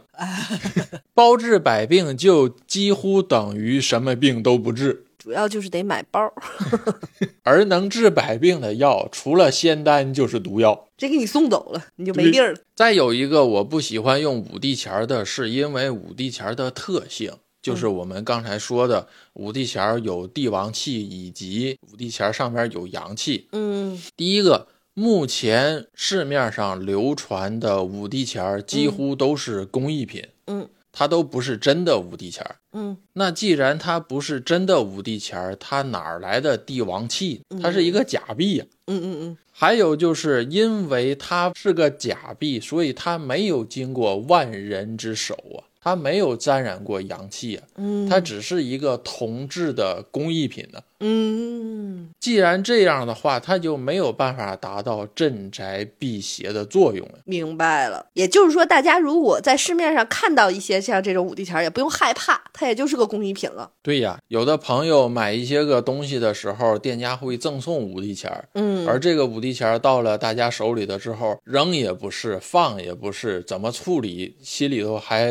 Speaker 2: 包治百病就几乎等于什么病都不治。
Speaker 1: 主要就是得买包儿，
Speaker 2: 而能治百病的药，除了仙丹就是毒药。
Speaker 1: 这给你送走了，你就没
Speaker 2: 对
Speaker 1: 地儿了。
Speaker 2: 再有一个我不喜欢用五帝钱儿的，是因为五帝钱儿的特性，就是
Speaker 1: 嗯
Speaker 2: 我们刚才说的，五帝钱儿有帝王气，以及五帝钱儿上面有阳气，
Speaker 1: 嗯
Speaker 2: 第一个，目前市面上流传的五帝钱儿几乎都是工艺品，
Speaker 1: 嗯
Speaker 2: 它都不是真的五帝钱儿。
Speaker 1: 嗯
Speaker 2: 那既然它不是真的五帝钱儿，它哪儿来的帝王气？它是一个假币呀、
Speaker 1: 嗯嗯嗯，
Speaker 2: 还有就是因为它是个假币，所以它没有经过万人之手啊，它没有沾染过阳气啊，
Speaker 1: 嗯
Speaker 2: 它只是一个铜制的工艺品呢、
Speaker 1: 嗯
Speaker 2: 既然这样的话，它就没有办法达到镇宅辟邪的作用啊了。
Speaker 1: 明白了。也就是说，大家如果在市面上看到一些像这种五帝钱儿，也不用害怕，它也就是个工艺品了。
Speaker 2: 对呀，有的朋友买一些个东西的时候，店家会赠送五帝钱儿，
Speaker 1: 嗯
Speaker 2: 而这个五帝钱儿到了大家手里的之后，扔也不是，放也不是，怎么处理，心里头还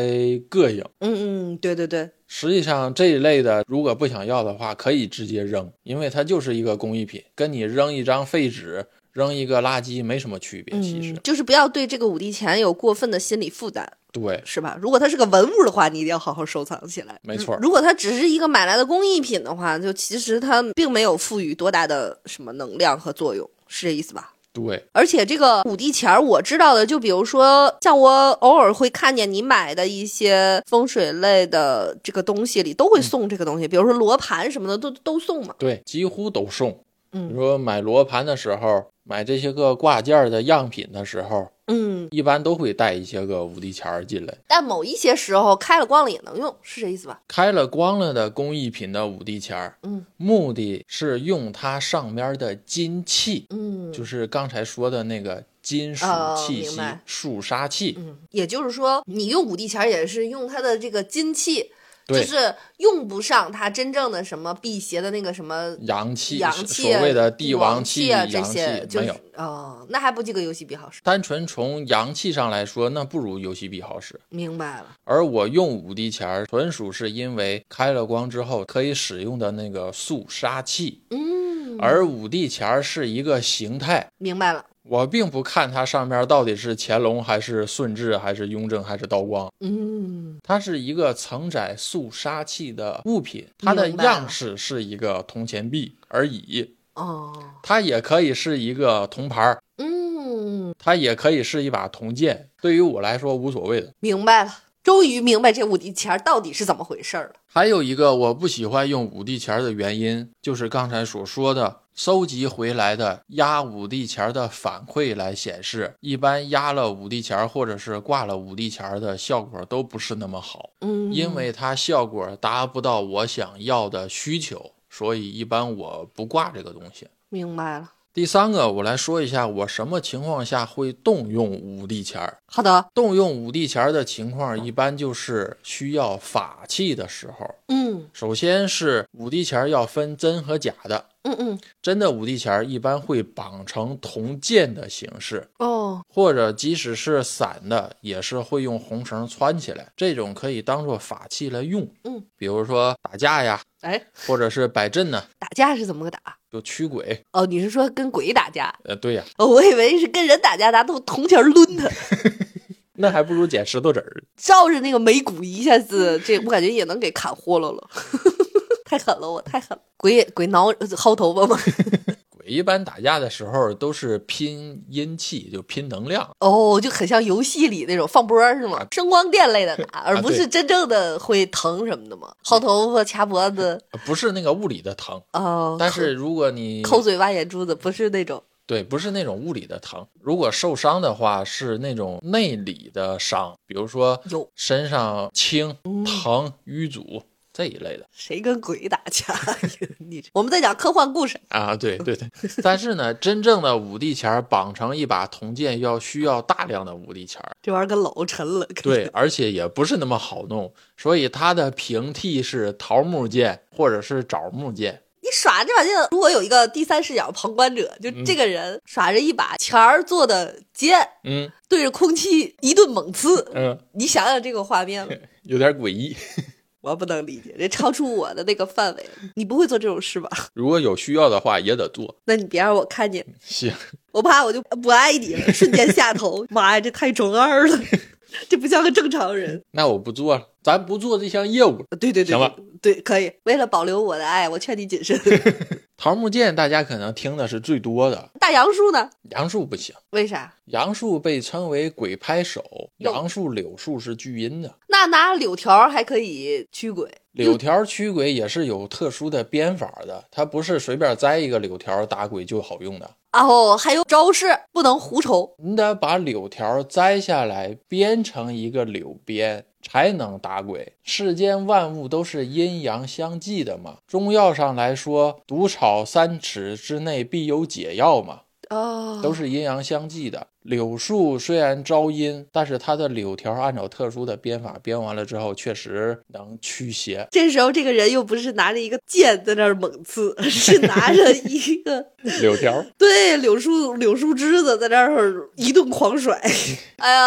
Speaker 2: 膈应。
Speaker 1: 嗯嗯，对对对，
Speaker 2: 实际上这一类的，如果不想要的话，可以直接扔，因为它就是一个工艺品，跟你扔一张废纸、扔一个垃圾没什么区别。其实，
Speaker 1: 嗯，就是不要对这个五帝钱有过分的心理负担，
Speaker 2: 对，
Speaker 1: 是吧？如果它是个文物的话，你一定要好好收藏起来。
Speaker 2: 没错儿。
Speaker 1: 如果它只是一个买来的工艺品的话，就其实它并没有赋予多大的什么能量和作用，是这意思吧？
Speaker 2: 对，
Speaker 1: 而且这个五帝钱儿，我知道的，就比如说像我偶尔会看见你买的一些风水类的这个东西里，都会送这个东西，比如说罗盘什么的，都都送嘛。
Speaker 2: 对，几乎都送。
Speaker 1: 嗯
Speaker 2: 你说买罗盘的时候，买这些个挂件儿的样品的时候，
Speaker 1: 嗯，
Speaker 2: 一般都会带一些个五帝钱儿进来。
Speaker 1: 但某一些时候开了光了也能用，是这意思吧？
Speaker 2: 开了光了的工艺品的五帝钱儿，
Speaker 1: 嗯，
Speaker 2: 目的是用它上面的金气，
Speaker 1: 嗯，
Speaker 2: 就是刚才说的那个金属
Speaker 1: 哦
Speaker 2: 气
Speaker 1: 明
Speaker 2: 息、
Speaker 1: 白
Speaker 2: 肃杀气。
Speaker 1: 嗯，也就是说，你用五帝钱儿也是用它的这个金气，就
Speaker 2: 对
Speaker 1: 是用不上它真正的什么辟邪的那个什么。
Speaker 2: 阳气，
Speaker 1: 阳
Speaker 2: 是
Speaker 1: 气啊、
Speaker 2: 所谓的
Speaker 1: 帝
Speaker 2: 王
Speaker 1: 王气啊，这
Speaker 2: 阳气
Speaker 1: 些就
Speaker 2: 没
Speaker 1: 是
Speaker 2: 有。
Speaker 1: 哦，那还不及个游戏币好使。
Speaker 2: 单纯从阳气上来说，那不如游戏币好使。
Speaker 1: 明白了。
Speaker 2: 而我用五帝钱儿，纯属是因为开了光之后可以使用的那个肃杀气，
Speaker 1: 嗯，
Speaker 2: 而五帝钱儿是一个形态。
Speaker 1: 明白了。
Speaker 2: 我并不看它上面到底是乾隆还是顺治还是雍正还是道光，
Speaker 1: 嗯，
Speaker 2: 它是一个承载肃杀气的物品，它的
Speaker 1: 明白了
Speaker 2: 样式是一个铜钱币而已，
Speaker 1: 哦，
Speaker 2: 它也可以是一个铜牌儿，
Speaker 1: 嗯，
Speaker 2: 它也可以是一把铜剑，对于我来说无所谓的。
Speaker 1: 明白了，终于明白这五帝钱儿到底是怎么回事儿了。
Speaker 2: 还有一个我不喜欢用五帝钱儿的原因，就是刚才所说的，收集回来的压五帝钱儿的反馈来显示，一般压了五帝钱儿或者是挂了五帝钱儿的效果都不是那么好，
Speaker 1: 嗯，
Speaker 2: 因为它效果达不到我想要的需求，所以一般我不挂这个东西。
Speaker 1: 明白了。
Speaker 2: 第三个，我来说一下我什么情况下会动用五帝钱儿。
Speaker 1: 好的，
Speaker 2: 动用五帝钱儿的情况，一般就是需要法器的时候。
Speaker 1: 嗯
Speaker 2: 首先是五帝钱儿要分真和假的，
Speaker 1: 嗯嗯，
Speaker 2: 真的五帝钱儿一般会绑成铜剑的形式，
Speaker 1: 哦，
Speaker 2: 或者即使是散的，也是会用红绳穿起来，这种可以当做法器来用。
Speaker 1: 嗯，
Speaker 2: 比如说打架呀，
Speaker 1: 哎，
Speaker 2: 或者是摆阵呢、
Speaker 1: 打架是怎么个打？
Speaker 2: 就驱鬼。
Speaker 1: 哦，你是说跟鬼打架？
Speaker 2: 呃，对呀、
Speaker 1: 哦，我以为是跟人打架，拿铜铜钱抡他，
Speaker 2: 那还不如捡石头子儿。
Speaker 1: 照着那个眉骨一下子，这我感觉也能给砍豁了 了，太狠了，我太狠了，鬼也鬼挠呃薅头发吗？
Speaker 2: 鬼一般打架的时候都是拼阴气，就拼能量。
Speaker 1: 哦，就很像游戏里那种放波儿是吗
Speaker 2: 啊？
Speaker 1: 声光电 类的打，而不
Speaker 2: 对
Speaker 1: 是真正的会疼什么的吗？薅头发、掐脖子，
Speaker 2: 呃不是那个物理的疼，
Speaker 1: 哦，
Speaker 2: 但是如果你
Speaker 1: 抠抠嘴、挖眼珠子，不是那种。
Speaker 2: 对，不是那种物理的疼，如果受伤的话是那种内里的伤，比如说
Speaker 1: 有
Speaker 2: 身上青、疼、淤阻这一类的
Speaker 1: 谁跟鬼打架？ 你这我们在讲科幻故事，
Speaker 2: 啊。对对对，但是呢，真正的五帝钱儿绑成一把铜剑要需要大量的五帝钱儿，
Speaker 1: 这玩意儿跟老沉了。跟
Speaker 2: 对，而且也不是那么好弄，所以它的平替是桃木剑或者是枣木剑。
Speaker 1: 你耍这把剑，如果有一个第三视角旁观者，就这个人耍着一把钱儿做的剑，
Speaker 2: 嗯
Speaker 1: 对着空气一顿猛刺，
Speaker 2: 嗯，
Speaker 1: 你想想这个画面 吧，
Speaker 2: 有点诡异。
Speaker 1: 我不能理解，这超出我的那个范围。你不会做这种事吧？
Speaker 2: 如果有需要的话，也得做。
Speaker 1: 那你别让我看见，
Speaker 2: 行，
Speaker 1: 我怕我就不爱你了，瞬间下头。 妈呀，这太中二了， 这不像个正常人。
Speaker 2: 那我不做了，咱不做这项业务了。
Speaker 1: 对对对，
Speaker 2: 行吧
Speaker 1: 对，对可以。为了保留我的爱，我劝你谨慎。
Speaker 2: 桃木剑大家可能听的是最多的，
Speaker 1: 大杨树呢？
Speaker 2: 杨树不行，
Speaker 1: 为啥？
Speaker 2: 杨树被称为鬼拍手，
Speaker 1: 哟
Speaker 2: 杨树、柳树是聚阴的，
Speaker 1: 那拿柳条还可以驱鬼。
Speaker 2: 柳条驱鬼也是有特殊的编法的，它不是随便栽一个柳条打鬼就好用的，
Speaker 1: 然后还有招式，不能胡抽。
Speaker 2: 你得把柳条摘下来编成一个柳鞭。才能打鬼。世间万物都是阴阳相济的嘛。中药上来说，毒草三尺之内必有解药嘛。
Speaker 1: 哦，
Speaker 2: 都是阴阳相济的。柳树虽然招阴，但是它的柳条按照特殊的编法编完了之后，确实能 驱邪。
Speaker 1: 这时候这个人又不是拿着一个剑在那儿猛刺，是拿着一个
Speaker 2: 柳条
Speaker 1: 对柳树柳树枝子在那儿一顿狂 甩。哎呀，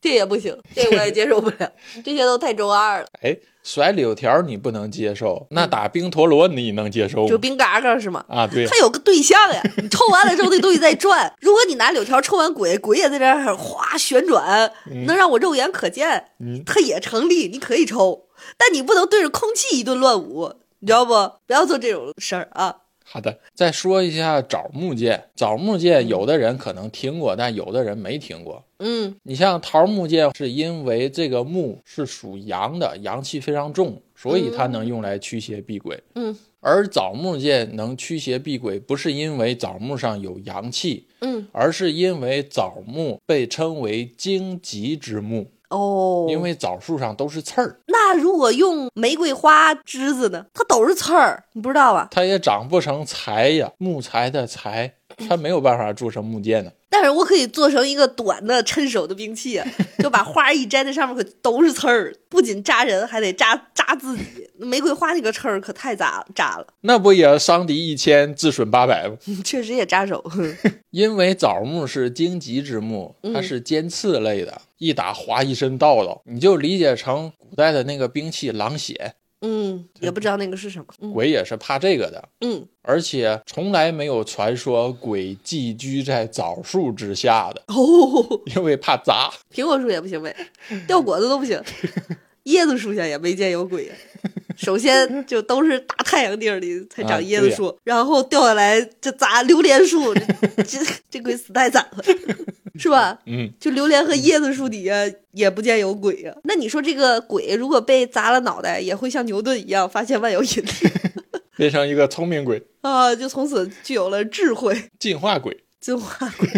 Speaker 1: 这也不行，这我也接受不 了，这些都太中二了。
Speaker 2: 哎，甩柳条你不能接受，那打冰陀螺你能接受
Speaker 1: 嗯就
Speaker 2: 吗？
Speaker 1: 冰嘎嘎是吗？
Speaker 2: 啊，对
Speaker 1: 它，有个对象呀， 你抽完了之后那东西在转。如果你拿柳条抽完鬼，鬼也在这儿哗旋转，能让我肉眼可见，
Speaker 2: 嗯，
Speaker 1: 它也成立，你可以抽，但你不能对着空气一顿乱舞，你知道不？不要做这种事儿啊！
Speaker 2: 好的。再说一下枣木剑，枣木剑有的人可能听过，但有的人没听过。
Speaker 1: 嗯，
Speaker 2: 你像桃木剑，是因为这个木是属阳的，阳气非常重，所以它能用来驱邪避鬼。
Speaker 1: 嗯，
Speaker 2: 而枣木剑能驱邪避鬼，不是因为枣木上有阳气，
Speaker 1: 嗯，
Speaker 2: 而是因为枣木被称为荆棘之木，
Speaker 1: 哦，
Speaker 2: 因为枣树上都是刺儿，
Speaker 1: 那如果用玫瑰花枝子呢？它都是刺儿，你不知道啊？
Speaker 2: 它也长不成材呀，木材的材，它没有办法做成木剑呢。
Speaker 1: 但是我可以做成一个短的趁手的兵器啊，就把花一摘，那上面可都是刺儿，不仅扎人，还得扎扎自己。玫瑰花那个刺儿可太扎扎了，
Speaker 2: 那不也伤敌一千，自损八百吗？
Speaker 1: 确实也扎手。
Speaker 2: 因为枣木是荆棘之木，它是尖刺类的，一打划一身道道，你就理解成古代的那个兵器狼血，
Speaker 1: 嗯，也不知道那个是什么。嗯
Speaker 2: 鬼也是怕这个的。
Speaker 1: 嗯，
Speaker 2: 而且从来没有传说鬼寄居在枣树之下的，
Speaker 1: 哦，
Speaker 2: 因为怕砸。
Speaker 1: 苹果树也不行呗，掉果子都不行，椰子树下也没见有鬼呀。首先就都是大太阳地儿里才长
Speaker 2: 啊
Speaker 1: 椰子树，然后掉下来这砸榴莲树，这 这这鬼死太惨了， 是吧？
Speaker 2: 嗯，
Speaker 1: 就榴莲和椰子树底下也不见有鬼呀、那你说这个鬼如果被砸了脑袋，也会像牛顿一样发现万有引力
Speaker 2: 变成一个聪明鬼、
Speaker 1: 啊，就从此具有了智慧。
Speaker 2: 进化鬼。
Speaker 1: 金花鬼，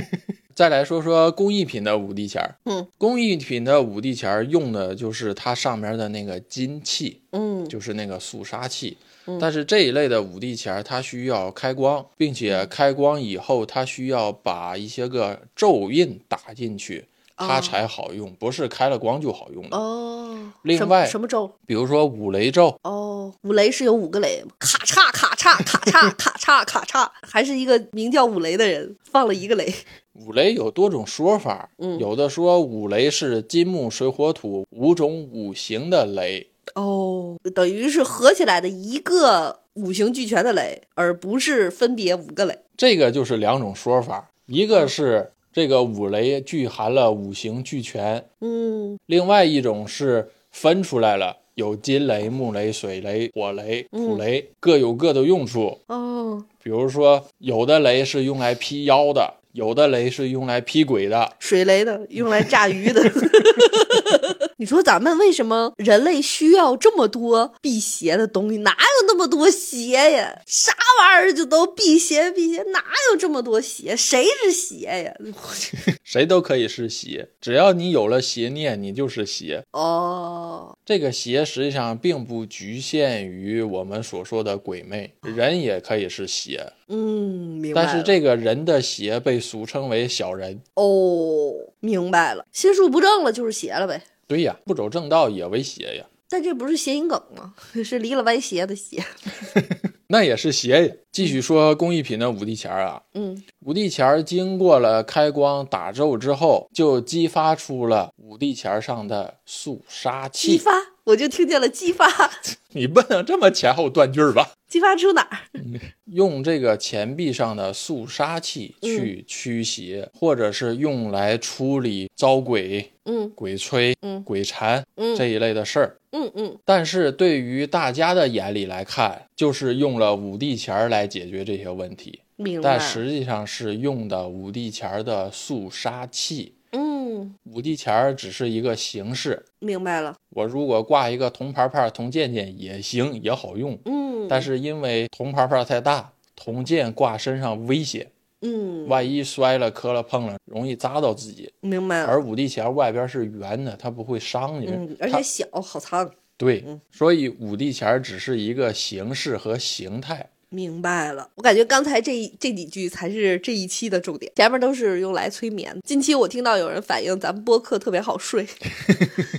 Speaker 2: 再来说说工艺品的五帝钱儿，
Speaker 1: 嗯，
Speaker 2: 工艺品的五帝钱儿用的就是它上面的那个金器，
Speaker 1: 嗯
Speaker 2: 就是那个肃杀器
Speaker 1: 嗯。
Speaker 2: 但是这一类的五帝钱儿，它需要开光，并且
Speaker 1: 嗯
Speaker 2: 开光以后，它需要把一些个咒印打进去，它
Speaker 1: 哦
Speaker 2: 才好用，不是开了光就好用的。
Speaker 1: 哦，
Speaker 2: 另
Speaker 1: 什么
Speaker 2: 外
Speaker 1: 什么咒？
Speaker 2: 比如说五雷咒，
Speaker 1: 哦，五雷是有五个雷吗，咔嚓咔嚓咔 嚓咔嚓咔嚓，还是一个名叫五雷的人放了一个雷，
Speaker 2: 五雷有多种说法，
Speaker 1: 嗯
Speaker 2: 有的说五雷是金木水火土五种五行的雷，
Speaker 1: 哦，等于是合起来的一个五行俱全的雷，而不是分别五个雷。
Speaker 2: 这个就是两种说法，一
Speaker 1: 嗯
Speaker 2: 个是这个五雷具含了五行俱全，
Speaker 1: 嗯
Speaker 2: 另外一种是分出来了。有金雷、木雷、水雷、火雷、土雷，
Speaker 1: 嗯
Speaker 2: 各有各的用处。
Speaker 1: 哦，
Speaker 2: 比如说，有的雷是用来劈妖的，有的雷是用来劈鬼的。
Speaker 1: 水雷的用来炸鱼的。 你说咱们为什么人类需要这么多辟邪的东西？哪有那么多邪呀？啥玩意儿就都辟邪辟邪，哪有这么多邪？谁是邪呀？
Speaker 2: 谁都可以是邪，只要你有了邪念，你就是邪。
Speaker 1: 哦，
Speaker 2: 这个邪实际上并不局限于我们所说的鬼魅，人也可以是邪，
Speaker 1: 嗯，明白了。
Speaker 2: 但是这个人的邪被俗称为小人。
Speaker 1: 哦，明白了，心术不正了就是邪了呗。
Speaker 2: 对呀，不走正道也为邪呀，
Speaker 1: 但这不是谐音梗吗？ 是离了歪斜的斜。
Speaker 2: 那也是邪呀。继续说工艺品的五帝钱儿啊，
Speaker 1: 嗯，
Speaker 2: 五帝钱儿经过了开光打咒之后，就激发出了五帝钱儿上的肃杀
Speaker 1: 激
Speaker 2: 气。
Speaker 1: 发，我就听见了激发，
Speaker 2: 你不能这么前后断句儿吧？
Speaker 1: 激发出哪儿？
Speaker 2: 用这个钱币上的肃杀气去嗯驱邪，或者是用来处理招鬼、
Speaker 1: 嗯
Speaker 2: 鬼催、
Speaker 1: 嗯
Speaker 2: 鬼缠
Speaker 1: 嗯
Speaker 2: 这一类的事儿。
Speaker 1: 嗯嗯，
Speaker 2: 但是对于大家的眼里来看，就是用了五帝钱儿来解决这些问题，
Speaker 1: 明白。
Speaker 2: 但实际上是用的五帝钱儿的肃杀气。
Speaker 1: 嗯，
Speaker 2: 五帝钱儿只是一个形式，
Speaker 1: 明白了。
Speaker 2: 我如果挂一个铜牌牌、铜剑剑也行，也好用。
Speaker 1: 嗯，
Speaker 2: 但是因为铜牌牌太大，铜剑挂身上危险，
Speaker 1: 嗯，
Speaker 2: 万一摔了、磕了、碰了，容易扎到自己。
Speaker 1: 明白了。
Speaker 2: 而五帝钱外边是圆的，它不会伤人。
Speaker 1: 嗯嗯，而嗯
Speaker 2: 它
Speaker 1: 且小，好藏。
Speaker 2: 对，所以五帝钱只是一个形式和形态。。
Speaker 1: 明白了，我感觉刚才这这几句才是这一期的重点，前面都是用来催眠。近期我听到有人反映咱们播客特别好 睡，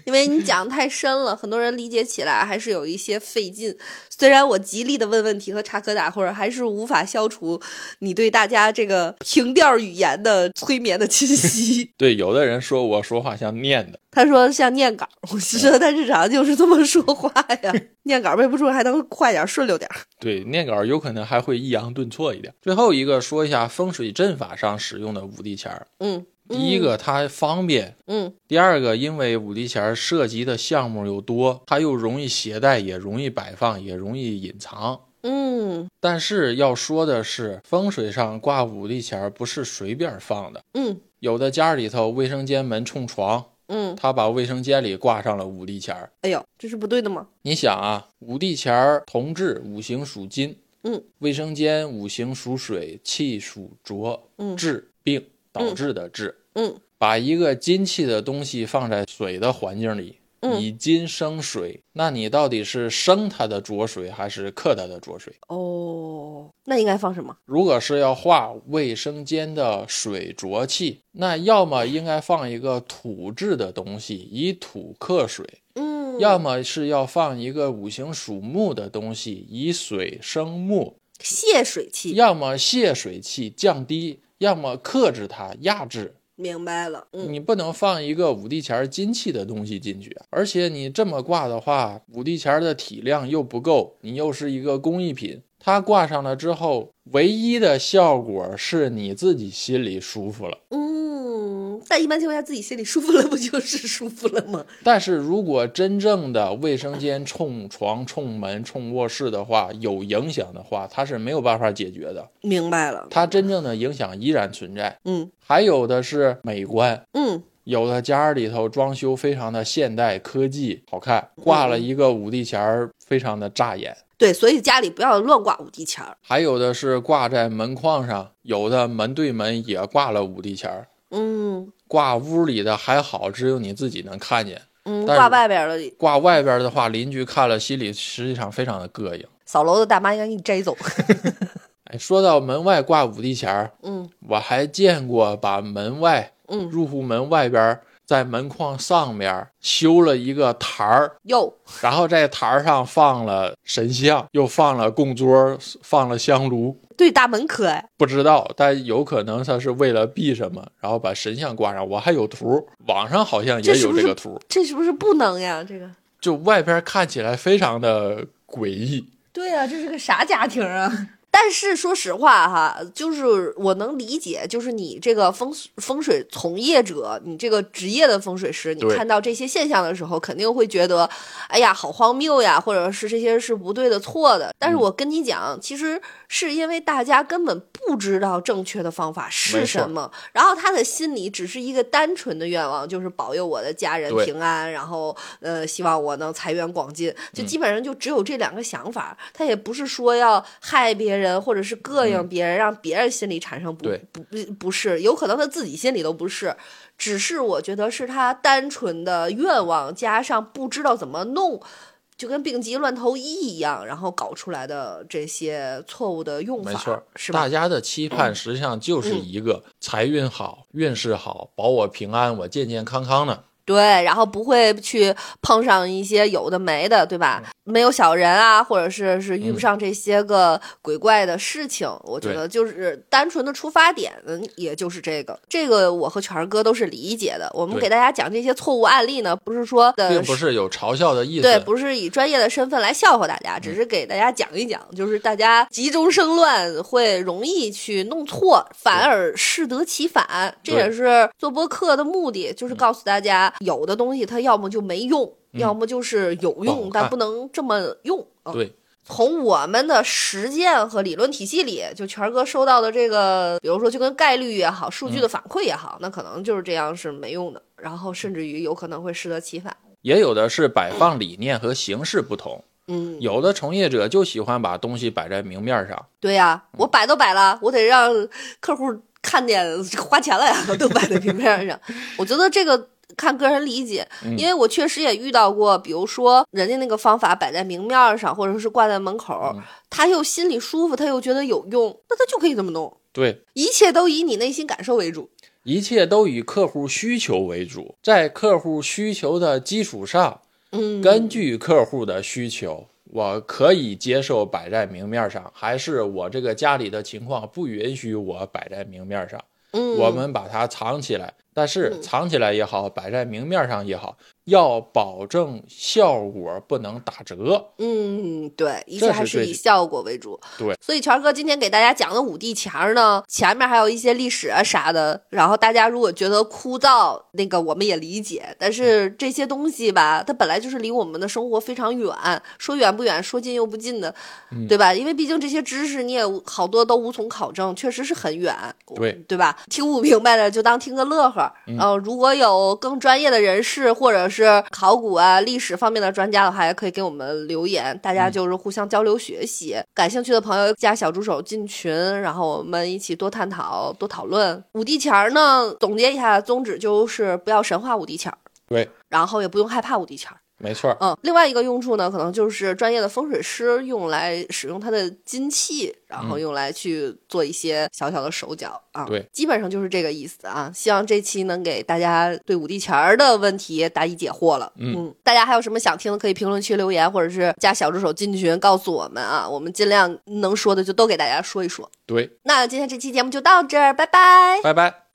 Speaker 1: 因为你讲太深了，很多人理解起来还是有一些费劲。虽然我极力的问问题和插科打诨，还是无法消除你对大家这个平调语言的催眠的侵袭
Speaker 2: 对，有的人说我说话像念的，
Speaker 1: 他说像念稿，我觉得他日常就是这么说话 呀，念稿背不住还能快点儿顺溜点儿。
Speaker 2: 对，念稿有可能还会抑扬顿挫一点。最后一个说一下风水阵法上使用的五帝钱儿。
Speaker 1: 嗯，
Speaker 2: 第一个，它方便；
Speaker 1: 嗯
Speaker 2: 第二个，因为五帝钱儿涉及的项目又多，它又容易携带，也容易摆放，也容易隐藏。
Speaker 1: 嗯
Speaker 2: 但是要说的是，风水上挂五帝钱儿不是随便放的。
Speaker 1: 嗯
Speaker 2: 有的家里头卫生间门冲床，
Speaker 1: 嗯，
Speaker 2: 他把卫生间里挂上了五帝钱儿。
Speaker 1: 哎呦，这是不对的吗？
Speaker 2: 你想啊，五帝钱儿同治五行属金，
Speaker 1: 嗯，
Speaker 2: 卫生间五行属水，气属浊，
Speaker 1: 嗯
Speaker 2: 治病导致的治。
Speaker 1: 嗯
Speaker 2: 把一个金气的东西放在水的环境里，
Speaker 1: 嗯
Speaker 2: 以金生水，那你到底是生它的浊水还是克它的浊水？
Speaker 1: 哦，那应该放什么？
Speaker 2: 如果是要画卫生间的水浊气，那要么应该放一个土质的东西，以土克水；
Speaker 1: 嗯
Speaker 2: 要么是要放一个五行属木的东西，以水生木；
Speaker 1: 泄水气，
Speaker 2: 要么泄水气降低，要么克制它压制。
Speaker 1: 明白了。嗯
Speaker 2: 你不能放一个五帝钱儿金器的东西进去，而且你这么挂的话，五帝钱儿的体量又不够，你又是一个工艺品，它挂上了之后，唯一的效果是你自己心里舒服了。
Speaker 1: 嗯，但一般情况下自己心里舒服了，不就是舒服了吗？
Speaker 2: 但是如果真正的卫生间冲床、冲门、冲卧室的话，有影响的话，它是没有办法解决的，
Speaker 1: 明白了。
Speaker 2: 它真正的影响依然存在。
Speaker 1: 嗯
Speaker 2: 还有的是美观，
Speaker 1: 嗯
Speaker 2: 有的家里头装修非常的现代科技，好看，挂了一个五帝钱儿，非常的扎眼。
Speaker 1: 对，所以家里不要乱挂五帝钱儿。
Speaker 2: 还有的是挂在门框上，有的门对门也挂了五帝钱儿。
Speaker 1: 嗯
Speaker 2: 挂屋里的还好，只有你自己能看见；
Speaker 1: 嗯，
Speaker 2: 但是
Speaker 1: 挂外边儿的，
Speaker 2: 挂外边的话，邻居看了心里实际上非常的膈应。
Speaker 1: 扫楼的大妈应该给你摘 走。
Speaker 2: 哎，说到门外挂五帝钱儿，
Speaker 1: 嗯
Speaker 2: 我还见过把门外
Speaker 1: 嗯，
Speaker 2: 入户门外边儿在门框上面儿修了一个台儿，
Speaker 1: 哟，
Speaker 2: 然后在台儿上放了神像，又放了供桌，放了香炉。
Speaker 1: 对大门可爱。
Speaker 2: 不知道，但有可能他是为了避什么，然后把神像挂上。我还有图，网上好像
Speaker 1: 这
Speaker 2: 也
Speaker 1: 是
Speaker 2: 有
Speaker 1: 不
Speaker 2: 这
Speaker 1: 是
Speaker 2: 个图。
Speaker 1: 这是不是不能呀？这个，
Speaker 2: 就外边看起来非常的诡异。
Speaker 1: 对呀、这是个啥家庭啊？ 但是说实话哈，就是我能理解，就是你这个风水风水从业者，你这个职业的风水师，你
Speaker 2: 对
Speaker 1: 看到这些现象的时候，肯定会觉得，哎呀，好荒谬呀，或者是这些是不对的、错的。
Speaker 2: 嗯
Speaker 1: 但是我跟你讲，其实是因为大家根本不知道正确的方法
Speaker 2: 没
Speaker 1: 是
Speaker 2: 错
Speaker 1: 什么，然后他的心里只是一个单纯的愿望，就是保佑我的家人
Speaker 2: 对
Speaker 1: 平安，然后呃，希望我能财源广进，就
Speaker 2: 嗯
Speaker 1: 基本上就只有这两个想法。他也不是说要害别人，或者是膈应别人，让别人心里产生不
Speaker 2: 嗯对
Speaker 1: 不不不是，有可能他自己心里都不是。只是我觉得是他单纯的愿望加上不知道怎么弄，就跟病急乱投医一样，然后搞出来的这些错误的用
Speaker 2: 没
Speaker 1: 法
Speaker 2: 错，，
Speaker 1: 是吧嗯
Speaker 2: 大？家的期盼实际上就是一个财运好、运势好，保我平安，我健健康康的。
Speaker 1: 对，然后不会去碰上一些有的没的，对
Speaker 2: 嗯
Speaker 1: 吧？没有小人啊，或者是是遇不上这些个鬼怪的事情。我觉
Speaker 2: 对
Speaker 1: 得就是单纯的出发点，嗯也就是这个。这个我和全儿哥都是理解的。我们
Speaker 2: 对
Speaker 1: 给大家讲这些错误案例呢，不是说
Speaker 2: 并
Speaker 1: 的
Speaker 2: 不是有嘲笑的意思。
Speaker 1: 呃
Speaker 2: 嗯
Speaker 1: 对，不是以专业的身份来笑话大家，只是给大家讲一讲，就是大家急中生乱会容易去弄错，反而适得其反。这
Speaker 2: 对嗯
Speaker 1: 也是做播客的目的，就是告诉大家，有的东西它要么就没用，要么就是有
Speaker 2: 不
Speaker 1: 用
Speaker 2: 好，
Speaker 1: 但
Speaker 2: 看
Speaker 1: 不能这么用。嗯
Speaker 2: 对
Speaker 1: 从我们的实践和理论体系里，就全哥收到的这个，比如说就跟概率也好，数据
Speaker 2: 嗯
Speaker 1: 的反馈也好，那可能就是这样是没用的，然后甚至于有可能会适得其反。
Speaker 2: 也有的是摆放理念和形式不同，
Speaker 1: 嗯，
Speaker 2: 有的从业者就喜欢把东西摆在明面上。
Speaker 1: 对呀、我
Speaker 2: 嗯
Speaker 1: 摆都摆了，我得让客户看见花钱了呀，都摆在平面上。我觉得这个看个人理解，
Speaker 2: 嗯
Speaker 1: 因为我确实也遇到过，比如说人家那个方法摆在明面上，或者是挂在门口，
Speaker 2: 嗯
Speaker 1: 他又心里舒服，他又觉得有用，那他就可以这么弄。
Speaker 2: 对，
Speaker 1: 一切都以你内心感受为主，
Speaker 2: 一切都以客户需求为主，在客户需求的基础上，
Speaker 1: 嗯，
Speaker 2: 根据客户的需求，我可以接受摆在明面上，还是我这个家里的情况不允许我摆在明面上，
Speaker 1: 嗯，
Speaker 2: 我们把它藏起来。但是藏起来也好，摆在明面上也好，要保证效果不能打折。
Speaker 1: 嗯，对，一
Speaker 2: 这
Speaker 1: 切
Speaker 2: 是
Speaker 1: 还是
Speaker 2: 最
Speaker 1: 以
Speaker 2: 主
Speaker 1: 效果为主。
Speaker 2: 对，
Speaker 1: 所以全哥今天给大家讲的五帝钱儿呢，前面还有一些历史啊啥的，然后大家如果觉得枯燥，那个我们也理解。但是这些东西吧，它本来就是离我们的生活非常远，说远不远，说近又不近的，对吧？因为毕竟这些知识你也无好多都无从考证，确实是很远，
Speaker 2: 对
Speaker 1: 对吧？听不明白的就当听个乐呵。嗯、如果有更专业的人士或者是考古啊、历史方面的专家的话，也可以给我们留言，大家就是互相交流学习。感兴趣的朋友加小助手进群，然后我们一起多探讨、多讨论。五帝钱儿呢，总结一下宗旨就是不要神话五帝钱儿，
Speaker 2: 对，
Speaker 1: 然后也不用害怕五帝钱儿。
Speaker 2: 没错儿，
Speaker 1: 嗯，另外一个用处呢，可能就是专业的风水师用来使用它的金器，然后用来去做一些小小的手脚啊。
Speaker 2: 嗯对
Speaker 1: 基本上就是这个意思啊。希望这期能给大家对五帝钱儿的问题答疑解惑了。
Speaker 2: 嗯
Speaker 1: 大家还有什么想听的，可以评论区留言，或者是加小助手进群告诉我们啊，我们尽量能说的就都给大家说一说。
Speaker 2: 对，
Speaker 1: 那今天这期节目就到这儿，拜拜。
Speaker 2: 拜拜。